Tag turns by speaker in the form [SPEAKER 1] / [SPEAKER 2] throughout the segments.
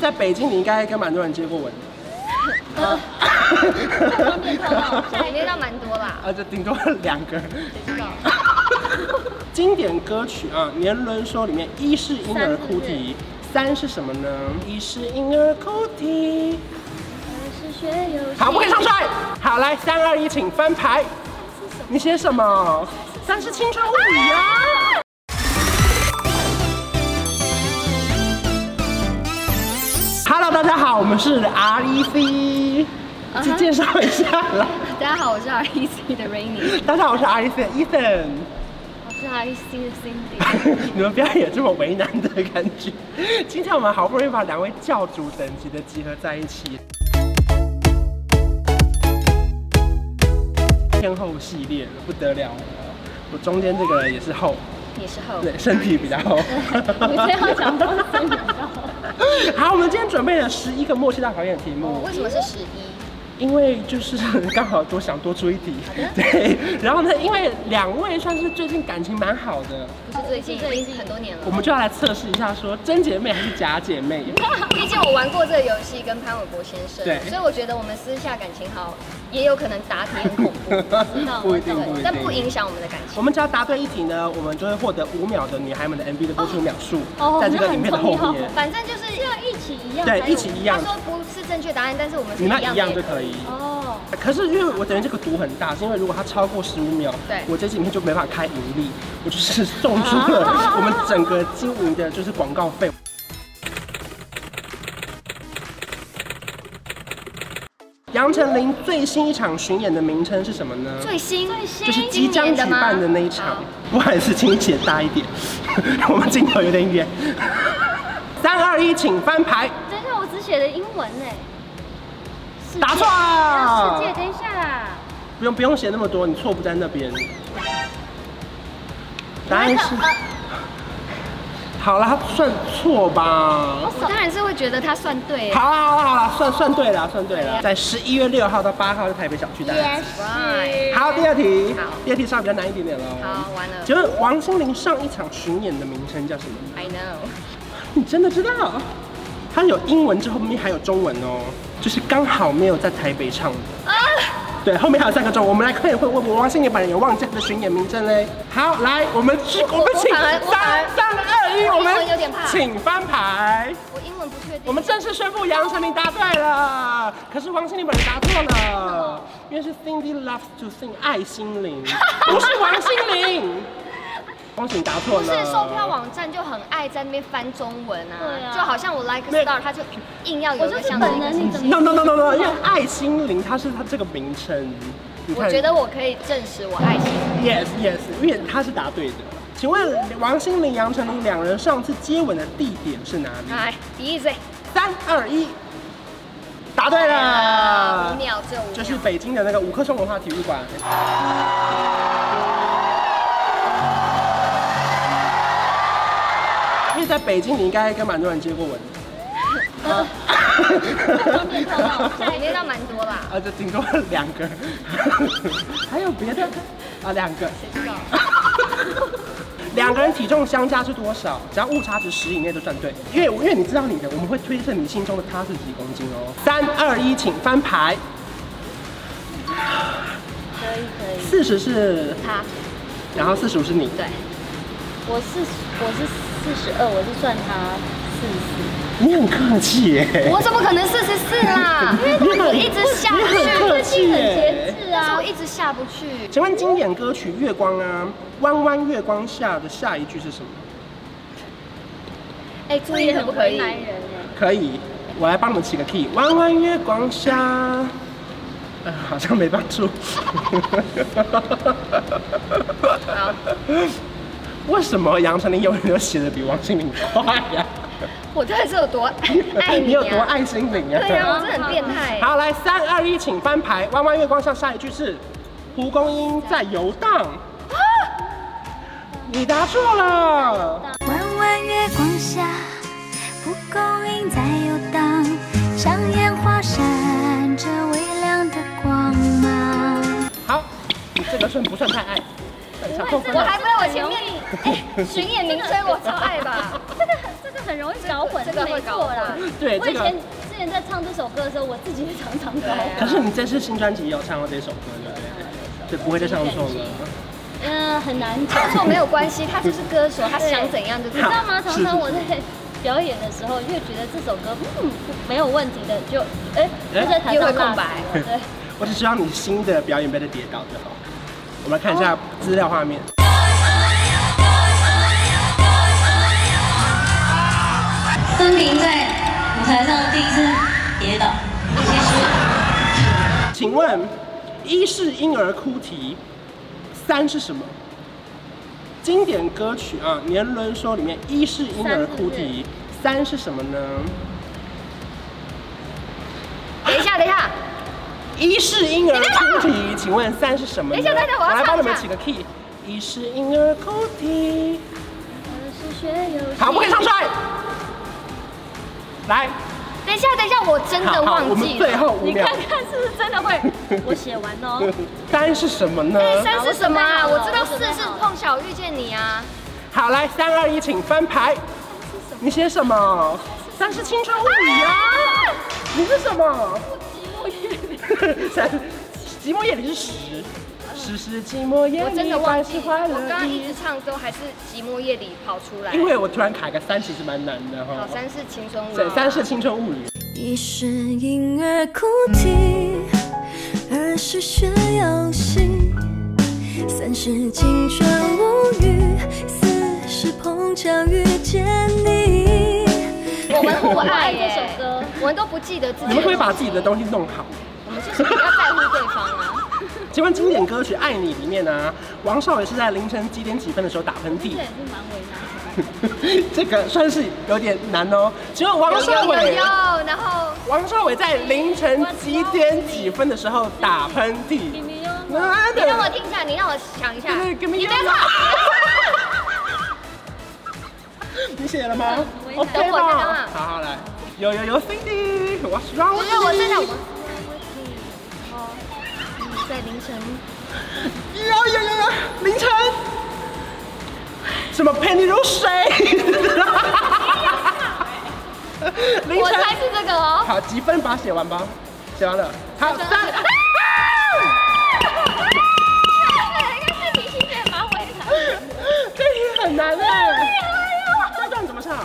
[SPEAKER 1] 在北京，你应该跟蛮多人接过吻的。
[SPEAKER 2] 分别碰到，海内倒哎蛮多啦，
[SPEAKER 1] 啊，就顶多 两个。
[SPEAKER 2] 谁知道？
[SPEAKER 1] 经典歌曲啊，《年轮说》里面一是婴儿哭啼，三是什么呢？一是婴儿哭啼。
[SPEAKER 2] 是学游戏
[SPEAKER 1] 好，不可以唱衰。好，来，三二一，请翻牌。你写什么？三是青春物语啊。Hello，大家好，我们是 E REC，
[SPEAKER 2] 啊哈
[SPEAKER 1] 自介绍一下啦。
[SPEAKER 2] 大家好，我是 REC 的 Rainy，
[SPEAKER 1] 大家好，我是啊 REC 的 Ethan。
[SPEAKER 2] 我是 REC 的 Cindy。
[SPEAKER 1] 你们不要有这么为难的感觉。今天我们好不容易把两位教主等级的集合在一起。天后系列不得了了，我中间这个人也是后，
[SPEAKER 2] 你是后，
[SPEAKER 1] 对，身体比较厚。
[SPEAKER 2] 你这样讲公司你知道吗？
[SPEAKER 1] 好，我们今天准备了十一个默契大考验题
[SPEAKER 3] 哦
[SPEAKER 1] 目。
[SPEAKER 2] 哦为什么是十一？
[SPEAKER 1] 因为就是刚好多想多出一题， 对。然后呢，因为两位算是最近感情蛮好的，
[SPEAKER 2] 不是最近，这已经很多年
[SPEAKER 1] 我
[SPEAKER 2] 了。
[SPEAKER 1] 们就要来测试一下，说真姐妹还是假姐妹。
[SPEAKER 2] 毕竟我玩过这个游戏，跟潘玮柏先生，
[SPEAKER 1] 对
[SPEAKER 2] 所以我觉得我们私下感情好，也有可能答题很恐 怖，知道吗
[SPEAKER 1] 不一定
[SPEAKER 2] 对
[SPEAKER 1] 不一定
[SPEAKER 2] 但不影响我们的感情
[SPEAKER 1] 我。们只要答对一题呢，我们就会获得五秒的女孩们的 MV 的播出秒数，
[SPEAKER 3] 哦
[SPEAKER 1] 在这个影片的后
[SPEAKER 3] 那很重
[SPEAKER 1] 面
[SPEAKER 3] 要，
[SPEAKER 2] 反正就是要一起一样
[SPEAKER 1] 对，一起一样
[SPEAKER 2] 他，说不是正确答案，但是我们是
[SPEAKER 1] 你
[SPEAKER 2] 一
[SPEAKER 1] 那
[SPEAKER 2] 样的
[SPEAKER 1] 一样就可以。
[SPEAKER 3] 哦，
[SPEAKER 1] 可是因为我等于这个赌很大，是因为如果它超过十五秒，
[SPEAKER 2] 对
[SPEAKER 1] 我这支影片就没法开盈利，我就是送出了我们整个经营的就是广告费。杨丞琳最新一场巡演的名称是什么呢？
[SPEAKER 2] 最新
[SPEAKER 1] 就是即将举办的那一场，不好意思，请你写大一点， 我们镜头有点远。三二一，请翻牌，
[SPEAKER 3] 等一下，我只写了英文呢。世界
[SPEAKER 1] 答错
[SPEAKER 3] 啊世界，
[SPEAKER 1] 了。
[SPEAKER 3] 等一下啦，
[SPEAKER 1] 不用不用写那么多，你错不在那边。答案是，好啦，算错吧。
[SPEAKER 2] 我当然是会觉得他算对。
[SPEAKER 1] 好啦好啦好啦，算算对了算对了，在十一月六号到八号在台北小区大家。
[SPEAKER 2] Right
[SPEAKER 1] 好，第二题
[SPEAKER 2] 好，
[SPEAKER 1] 第二题稍微比较难一点点喽。
[SPEAKER 2] 好，完了。
[SPEAKER 1] 请问王心凌上一场巡演的名称叫什么？
[SPEAKER 2] I know，
[SPEAKER 1] 你真的知道？它有英文之后面还有中文哦，就是刚好没有在台北唱的。对，后面还有三个中文，我们来快点会问王心凌本人有忘记她的巡演名称嘞。好，来，我们去，我们请
[SPEAKER 2] 我反
[SPEAKER 1] 三
[SPEAKER 2] 而我反而
[SPEAKER 1] 三二一，我们
[SPEAKER 2] 我有点怕
[SPEAKER 1] 请翻牌。
[SPEAKER 2] 我英文不确定。
[SPEAKER 1] 我们正式宣布杨丞琳答对了，可是王心凌本人答错了，因为是 Cindy loves to sing 爱心 凌，不是王心凌。王心凌答错
[SPEAKER 2] 不
[SPEAKER 1] 了，
[SPEAKER 2] 是售票网站就很爱在那边翻中文
[SPEAKER 3] 对
[SPEAKER 2] 啊，
[SPEAKER 3] 啊
[SPEAKER 2] 就好像我 like a
[SPEAKER 1] 没有
[SPEAKER 2] star，他就硬要有
[SPEAKER 3] 我
[SPEAKER 2] 一
[SPEAKER 3] 就
[SPEAKER 2] 个
[SPEAKER 3] 是
[SPEAKER 2] 像
[SPEAKER 3] 本
[SPEAKER 2] 那
[SPEAKER 3] 能，
[SPEAKER 2] 个。
[SPEAKER 3] 你怎么
[SPEAKER 1] No no no no no，因为爱心灵它是它这个名称。你看
[SPEAKER 2] 我觉得我可以证实我爱心。
[SPEAKER 1] yes yes，因为它是答对的。请问王心凌、杨丞琳两人上次接吻的地点是哪
[SPEAKER 3] 啊
[SPEAKER 1] 里？
[SPEAKER 2] 哎，easy，
[SPEAKER 1] 三二一，答对
[SPEAKER 2] 五
[SPEAKER 1] 了，
[SPEAKER 2] 秒只有五秒。
[SPEAKER 1] 就是北京的那个五棵松文化体育馆。因为在北京，你应该跟蛮多人接过吻啊的。
[SPEAKER 2] 海内倒蛮多啦，
[SPEAKER 1] 啊，就顶多两 个，还有别的啊，两个，
[SPEAKER 2] 谁知道？
[SPEAKER 1] 两个人体重相加是多少？只要误差值十以内就算对，因为因为你知道你的，我们会推测你心中的他是几公斤哦。三二一，请翻牌。
[SPEAKER 3] 可以可以，
[SPEAKER 1] 四十是，
[SPEAKER 2] 他
[SPEAKER 1] 然后四十五是你，
[SPEAKER 2] 对，
[SPEAKER 3] 我是我是四十二，我是算他四
[SPEAKER 1] 你很客气耶。
[SPEAKER 2] 我怎么可能四十四啦？ 因为我一直下不
[SPEAKER 1] 你很客
[SPEAKER 2] 去，
[SPEAKER 1] 气耶
[SPEAKER 3] 十。。是
[SPEAKER 2] 但是
[SPEAKER 3] 啊
[SPEAKER 2] 我，一直下不去。
[SPEAKER 1] 请问经典歌曲《月光》啊，弯弯月光下的下一句是什么？
[SPEAKER 2] 哎，注意可不可以？
[SPEAKER 3] 男人哎，
[SPEAKER 1] 可以，我来帮你们起个 key。弯弯月光下， 呃，好像没帮助。
[SPEAKER 2] 好，
[SPEAKER 1] 为什么杨丞琳永远都写的比王心凌快呀、
[SPEAKER 2] 我到底是有多 爱
[SPEAKER 1] 你
[SPEAKER 2] 你
[SPEAKER 1] 有 多
[SPEAKER 2] 啊？
[SPEAKER 1] 爱心凌
[SPEAKER 3] 哎
[SPEAKER 1] 啊？
[SPEAKER 2] 对啊，我真的很变态。
[SPEAKER 1] 好，来三二一，请翻牌。弯弯月光下，下一句是蒲公英在游荡。
[SPEAKER 2] 啊
[SPEAKER 1] 你答错了。
[SPEAKER 4] 弯弯月光下，蒲公英在游荡，像烟花闪着微亮的光芒。
[SPEAKER 1] 好，你这个算不算太爱？小扣分啊
[SPEAKER 2] 我
[SPEAKER 1] 了。
[SPEAKER 2] 还不知道我前面哎巡演名吹我超爱吧？
[SPEAKER 3] 这个很这个很容易搞混
[SPEAKER 2] 这
[SPEAKER 3] 是
[SPEAKER 2] 个
[SPEAKER 3] 没
[SPEAKER 2] 会搞
[SPEAKER 3] 错啦
[SPEAKER 2] 混。
[SPEAKER 1] 对
[SPEAKER 3] 我
[SPEAKER 1] 这
[SPEAKER 3] 以前
[SPEAKER 1] 个。
[SPEAKER 3] 之前在唱这首歌的时候，我自己也常常搞混。
[SPEAKER 1] 可是你这次新专辑也有唱到这首歌，对不对？就不会再唱错了。
[SPEAKER 3] 嗯，很难讲
[SPEAKER 2] 唱。错没有关系，他就是歌手，他
[SPEAKER 3] 对
[SPEAKER 2] 想怎样就怎
[SPEAKER 3] 你知
[SPEAKER 2] 样。
[SPEAKER 3] 道吗？常常我在表演的时候，越觉得这首歌嗯没有问题的，就哎
[SPEAKER 1] 哎
[SPEAKER 3] 就在台
[SPEAKER 2] 又会
[SPEAKER 3] 上
[SPEAKER 2] 空
[SPEAKER 3] 落
[SPEAKER 2] 白
[SPEAKER 3] 死了对。
[SPEAKER 1] 我只希望你新的表演不要再跌倒就好。我们来看一下
[SPEAKER 5] 哦
[SPEAKER 1] 资料画面。
[SPEAKER 5] 孙平在舞台上第一次跌倒，其实
[SPEAKER 1] 请问，一是婴儿哭啼，三是什么？经典歌曲啊，《年轮说》里面一是婴儿哭啼，三是什么呢？
[SPEAKER 2] 等一下，等一下，
[SPEAKER 1] 一是婴儿哭啼，请问三是什么呢？
[SPEAKER 2] 等一下等一下我要
[SPEAKER 1] 来
[SPEAKER 2] 唱
[SPEAKER 1] 帮你
[SPEAKER 2] 一
[SPEAKER 1] 们
[SPEAKER 2] 下
[SPEAKER 1] 起个 key。一是婴儿哭啼，
[SPEAKER 3] 是学有
[SPEAKER 1] 好，不可以唱出来。来，
[SPEAKER 2] 等一下，等一下，我真
[SPEAKER 1] 好
[SPEAKER 2] 的
[SPEAKER 1] 好，我
[SPEAKER 2] 忘
[SPEAKER 1] 们
[SPEAKER 2] 记
[SPEAKER 1] 最
[SPEAKER 2] 了。
[SPEAKER 1] 后五
[SPEAKER 3] 你
[SPEAKER 1] 秒
[SPEAKER 3] 看。看是不是真的会？我写完哦。
[SPEAKER 1] 三是什么呢？
[SPEAKER 2] 三是什么啊？
[SPEAKER 3] 我
[SPEAKER 2] 我
[SPEAKER 3] 准
[SPEAKER 2] 知
[SPEAKER 3] 备好了
[SPEAKER 2] 道四是碰巧遇见你啊。
[SPEAKER 1] 好，来三二一，请翻牌。你写什么？三是青春物语啊！你是什么？ 三，寂寞夜里是十，十是寂寞夜
[SPEAKER 2] 我真
[SPEAKER 1] 里，
[SPEAKER 2] 的忘
[SPEAKER 1] 百
[SPEAKER 2] 记，
[SPEAKER 1] 是快乐
[SPEAKER 2] 我刚刚一
[SPEAKER 1] 的
[SPEAKER 2] 直。唱之后还是寂寞夜里跑出来。
[SPEAKER 1] 因为我突然卡个三，其实蛮难的
[SPEAKER 2] 好，
[SPEAKER 1] 哈。
[SPEAKER 2] 三是青春舞。
[SPEAKER 1] 对，三是青春物语。
[SPEAKER 4] 一是婴儿哭啼，二是学游戏，三是青春无语，四是碰巧遇见你。
[SPEAKER 2] 我们互
[SPEAKER 3] 我
[SPEAKER 2] 爱
[SPEAKER 3] 爱
[SPEAKER 2] 耶
[SPEAKER 3] 这首歌，
[SPEAKER 2] 我们都不记得自己。
[SPEAKER 1] 你们会把自己的东西弄好。
[SPEAKER 2] 我们就是比较在乎对 方啊。
[SPEAKER 1] 请问经典歌曲《爱你》里面呢、王少伟是在凌晨几点几分的时候打喷嚏
[SPEAKER 3] 这？也是蛮为难的。
[SPEAKER 1] 这个算是有点难哦。请问王
[SPEAKER 2] 有
[SPEAKER 1] 少
[SPEAKER 2] 有
[SPEAKER 1] 伟
[SPEAKER 2] 有，然后
[SPEAKER 1] 王少伟在凌晨几点几分的时候打喷嚏？
[SPEAKER 3] 你用
[SPEAKER 1] 妈
[SPEAKER 2] 你让我
[SPEAKER 1] 的！
[SPEAKER 2] 听一下，你让我想一下。
[SPEAKER 1] 对对，
[SPEAKER 2] 你
[SPEAKER 1] 你
[SPEAKER 2] 别唱，
[SPEAKER 1] 你写了吗
[SPEAKER 3] 我
[SPEAKER 1] ？OK
[SPEAKER 2] 等我再唱
[SPEAKER 1] 吧
[SPEAKER 2] 啊。
[SPEAKER 1] 好好来，有有有 Cindy，我希望
[SPEAKER 2] 不是我真的，我
[SPEAKER 3] 在凌晨，
[SPEAKER 1] 有有有有凌晨，什么陪你入睡？凌
[SPEAKER 2] 我
[SPEAKER 1] 晨
[SPEAKER 2] 猜是这个哦。
[SPEAKER 1] 好，积分把它写完吧，写完了。好，三这题很难哎。这段怎么唱？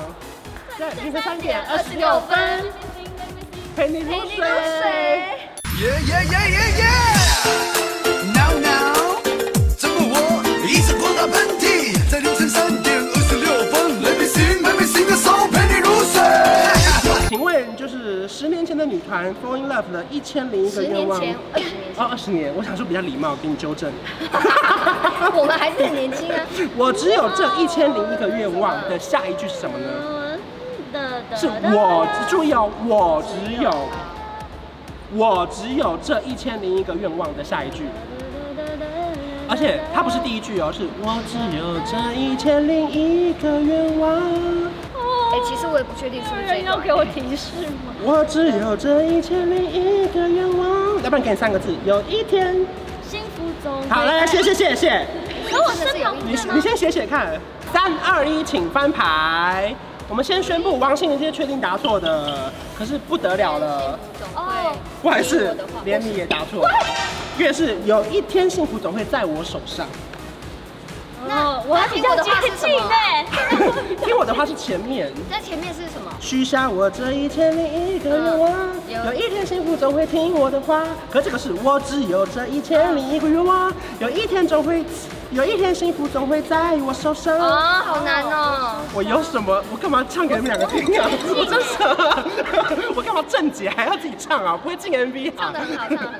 [SPEAKER 1] 在凌晨三点二 十六分，陪你入睡。
[SPEAKER 6] Yeah yeah yeah yeah yeah。Now now，怎么我一直狂打喷嚏？在凌晨三点二十六分，Let me sing，Let me sing a song，陪你入睡。
[SPEAKER 1] 请问，就是十年前的女团《Fall in Love》的《一千零一个
[SPEAKER 2] 十
[SPEAKER 1] 愿
[SPEAKER 2] 年
[SPEAKER 1] 望》
[SPEAKER 2] 前，二十年
[SPEAKER 1] 哦，二十年，我想说比较礼貌，给你纠 正。啊
[SPEAKER 2] 前，我们还是很年轻啊。
[SPEAKER 1] 我只有这一千零一个愿望的下一句是什么呢？
[SPEAKER 3] 嗯的的
[SPEAKER 1] 是我只注意哦，我只有，我只有这一千零一个愿望的下一句。而且它不是第一句哦，是我只有这一千零一个愿望，
[SPEAKER 2] 哎，其实我也不确定是不是这
[SPEAKER 3] 人
[SPEAKER 2] 一
[SPEAKER 3] 要
[SPEAKER 2] 段。
[SPEAKER 3] 给我提示吗？
[SPEAKER 1] 我只有这一千零一个愿望。要不然给你三个字，有一天。
[SPEAKER 3] 幸福总
[SPEAKER 1] 好，来来，谢谢谢谢。
[SPEAKER 3] 跟我身旁
[SPEAKER 1] 你你先写写看，三二一，请翻牌。我们先宣布王心凌今天确定答错的，可是不得了了，
[SPEAKER 2] 哦，
[SPEAKER 1] 不还是连你也答错。越是有一天幸福总会在我手上，
[SPEAKER 3] 那我比较接近哎，
[SPEAKER 1] 听我的话是前面。
[SPEAKER 2] 在前面是什么？
[SPEAKER 1] 许下我这一千零一个愿望，
[SPEAKER 2] 嗯有
[SPEAKER 1] 有一天幸福总会听我的话。可这个是我只有这一千零一个愿望，有一天总会，有一天幸福总会在我手上。
[SPEAKER 2] 哦，好难哦。
[SPEAKER 1] 我有什么？我干嘛唱给你们两个听啊？我真是，我干嘛正解还要自己唱啊？不会进 MV 啊？
[SPEAKER 2] 唱得很好，唱得很好。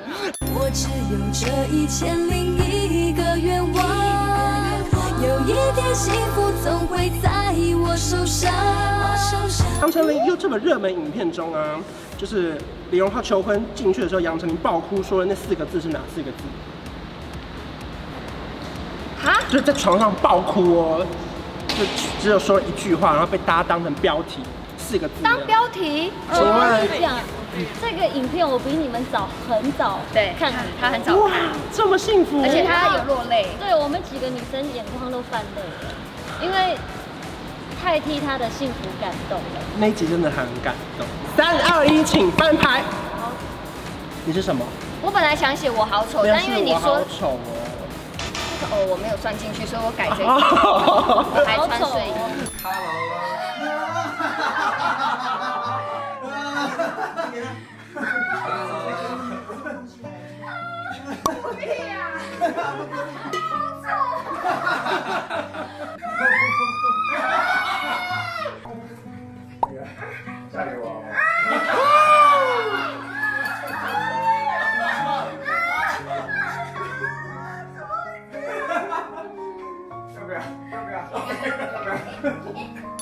[SPEAKER 4] 我只有这一千零一个愿望，有一天幸福总会在我手上。
[SPEAKER 1] 杨丞琳 YouTube 热门影片中啊，就是李荣浩求婚进去的时候，杨丞琳爆哭说的那四个字是哪四个字？
[SPEAKER 2] 哈，
[SPEAKER 1] 就是在床上爆哭哦，就只有说一句话，然后被大家当成标题，四个字。
[SPEAKER 2] 当。标题。
[SPEAKER 1] 请
[SPEAKER 3] 我
[SPEAKER 1] 问
[SPEAKER 3] 跟你讲，呃这个影片我比你们早很早
[SPEAKER 2] 对，
[SPEAKER 3] 看
[SPEAKER 2] 看
[SPEAKER 3] 很
[SPEAKER 2] 他很
[SPEAKER 3] 多。
[SPEAKER 2] 早
[SPEAKER 1] 哇，，这么幸福！
[SPEAKER 2] 而且他有落泪。
[SPEAKER 3] 对我们几个女生眼眶都泛泪了，因为太替他的幸福感动了。
[SPEAKER 1] 那一集真的很感动。三二一，请翻牌。
[SPEAKER 3] 好
[SPEAKER 1] 你是什么？
[SPEAKER 2] 我本来想写我好丑，
[SPEAKER 1] 不要
[SPEAKER 2] 但
[SPEAKER 1] 是
[SPEAKER 2] 因为你
[SPEAKER 1] 我好
[SPEAKER 2] 说
[SPEAKER 1] 丑哦。
[SPEAKER 2] 哦，我没有算进去，所以我改 这个。
[SPEAKER 1] 哦
[SPEAKER 2] 我还穿
[SPEAKER 3] 好丑
[SPEAKER 2] 睡衣。
[SPEAKER 3] 哦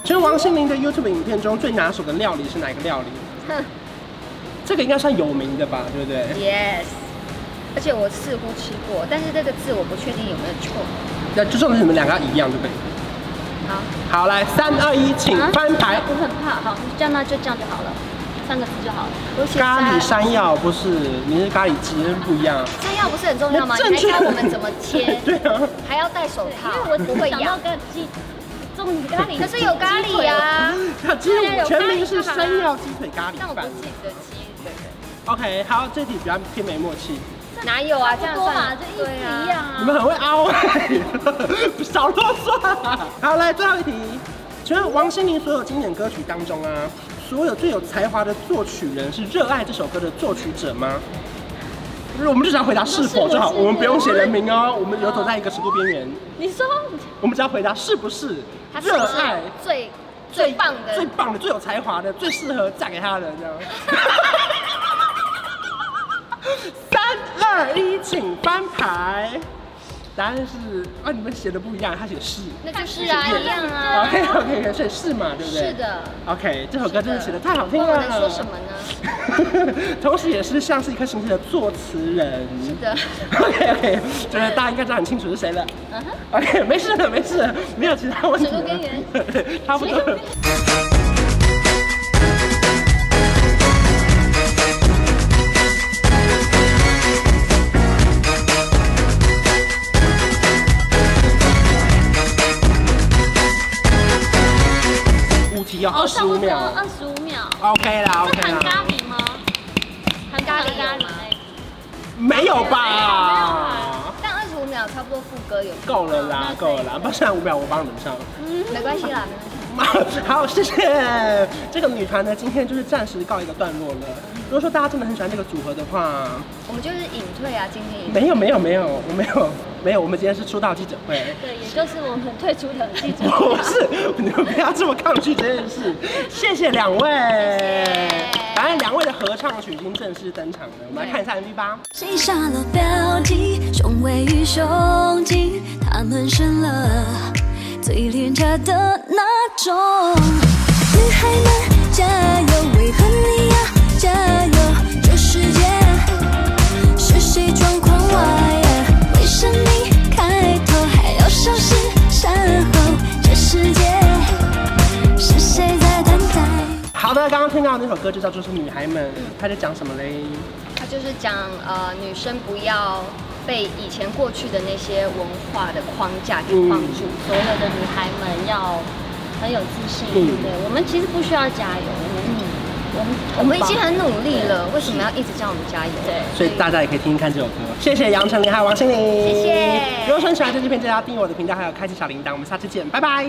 [SPEAKER 1] 请问王心凌的 YouTube 影片中最拿手的料理是哪一个料理？
[SPEAKER 2] 哼
[SPEAKER 1] 这个应该算有名的吧，对不对？
[SPEAKER 2] Yes，而且我似乎吃过，但是这个字我不确定有没有错。
[SPEAKER 1] 那就重点是你们两个要一样就可以。
[SPEAKER 2] 好，
[SPEAKER 1] 好，来三二一，请
[SPEAKER 3] 啊
[SPEAKER 1] 翻牌。
[SPEAKER 3] 我很怕，好，这样那就这样就好了，三个字就好了。我写
[SPEAKER 1] 咖喱山药不是，你是咖喱鸡不一样。
[SPEAKER 2] 山药不是很重要吗？你还教我们怎么切
[SPEAKER 1] ，对啊，
[SPEAKER 2] 还要戴手套，
[SPEAKER 3] 因为我
[SPEAKER 2] 不
[SPEAKER 3] 只
[SPEAKER 2] 会
[SPEAKER 3] 想
[SPEAKER 2] 咬
[SPEAKER 3] 到。咖喱，重咖喱，啊
[SPEAKER 2] 可是有咖喱呀、
[SPEAKER 1] 它鸡
[SPEAKER 3] 有
[SPEAKER 1] 全
[SPEAKER 3] 咖喱
[SPEAKER 1] 名是
[SPEAKER 3] 饭啊
[SPEAKER 1] 山药鸡腿咖
[SPEAKER 2] 但
[SPEAKER 1] 喱
[SPEAKER 2] 我不
[SPEAKER 1] 饭。
[SPEAKER 2] 记得鸡的人，
[SPEAKER 1] OK，好，这题比较偏没默契，
[SPEAKER 2] 哪有啊？这
[SPEAKER 3] 差
[SPEAKER 2] 样
[SPEAKER 3] 不多嘛，
[SPEAKER 2] 算
[SPEAKER 3] 就意思
[SPEAKER 2] 对
[SPEAKER 3] 一
[SPEAKER 2] 啊。
[SPEAKER 3] 样啊。
[SPEAKER 1] 你们很会凹哎、少啰嗦。好，来最后一题，请问王心凌所有经典歌曲当中啊，所有最有才华的作曲人是热爱这首歌的作曲者吗？我们就只要回答是否就好，
[SPEAKER 3] 是否
[SPEAKER 1] 我们不用写人名哦，我们游走在一个尺度边缘，
[SPEAKER 3] 你说
[SPEAKER 1] 我们只要回答是不是
[SPEAKER 2] 他是
[SPEAKER 1] 热
[SPEAKER 2] 不是
[SPEAKER 1] 爱
[SPEAKER 2] 最最棒的
[SPEAKER 1] 最棒的、最有才华的、最适合嫁给他的 这样。三二一，请翻牌。答案是啊，你们写的不一样，他写是。
[SPEAKER 2] 那就是啊，一样啊。
[SPEAKER 1] OK OK，所以是嘛，对不对？
[SPEAKER 2] 是。的，
[SPEAKER 1] OK，这首歌真的写的太好
[SPEAKER 2] 不
[SPEAKER 1] 听
[SPEAKER 2] 然我
[SPEAKER 1] 了。
[SPEAKER 2] 能说什么 呢？
[SPEAKER 1] 同时，也是像是一颗星星的作词人。是
[SPEAKER 2] 的。
[SPEAKER 1] OK OK，觉得大家应该知道很清楚是谁了。OK，没
[SPEAKER 3] 嗯
[SPEAKER 1] 事的，没事的，没有其他问题了。
[SPEAKER 3] 尺度边缘
[SPEAKER 1] 对，差不多了。五题哦，二
[SPEAKER 3] 哦，
[SPEAKER 1] 十
[SPEAKER 3] 差不
[SPEAKER 1] 五
[SPEAKER 3] 多
[SPEAKER 1] 秒。
[SPEAKER 3] 二十五秒。
[SPEAKER 1] OK 啊啦
[SPEAKER 3] 那
[SPEAKER 1] ，OK
[SPEAKER 3] 含
[SPEAKER 1] 啦
[SPEAKER 3] 咖，喱吗？含咖喱哎咖喱那一种
[SPEAKER 1] 没有
[SPEAKER 3] 没有
[SPEAKER 1] 吧
[SPEAKER 3] 啊？
[SPEAKER 2] 但二十五秒差不多副歌有，
[SPEAKER 1] 够了啦
[SPEAKER 3] 那，可以
[SPEAKER 1] 够了啦，不然五秒我帮你们上。
[SPEAKER 2] 没关系啦，没关系。
[SPEAKER 1] 好，谢谢。这个女团呢，今天就是暂时告一个段落了。如果说大家真的很喜欢这个组合的话，
[SPEAKER 2] 我们就是隐退啊，今天隐退。
[SPEAKER 1] 没有没有没有，我没有没有，我们今天是出道记者会。
[SPEAKER 3] 对，也就是我们退出的记者。
[SPEAKER 1] 不是，你们不要这么抗拒这件事。谢谢两位，反正两位的合唱曲已经正式登场了，我们来看一下 MV 吧。
[SPEAKER 4] 谁杀了标记？雄伟与雄竞，他们胜了最廉价的那种。女孩们加油，为何你要加油？这世界是谁装狂妄呀？为生命开头还要消失善后？这世界是谁在等待？
[SPEAKER 1] 好的，刚刚听到的那首歌就叫做是《女孩们》，它在讲什么嘞？
[SPEAKER 2] 他就是讲呃，女生不要被以前过去的那些文化的框架给框住。
[SPEAKER 3] 所有的女孩们要很有自信，
[SPEAKER 1] 嗯
[SPEAKER 3] 对我们其实不需要加油，我们
[SPEAKER 2] 我
[SPEAKER 3] 我
[SPEAKER 2] 们
[SPEAKER 3] 们
[SPEAKER 2] 已经
[SPEAKER 3] 很
[SPEAKER 2] 很努力了，为什么要一直叫我们加油？
[SPEAKER 3] 对
[SPEAKER 1] 所以大家也可以听听看这首歌。谢谢杨丞琳还有王心凌，
[SPEAKER 2] 谢谢
[SPEAKER 1] 如果说你喜欢这支片，记得要订阅我的频道，还有开启小铃铛。我们下次见，拜拜。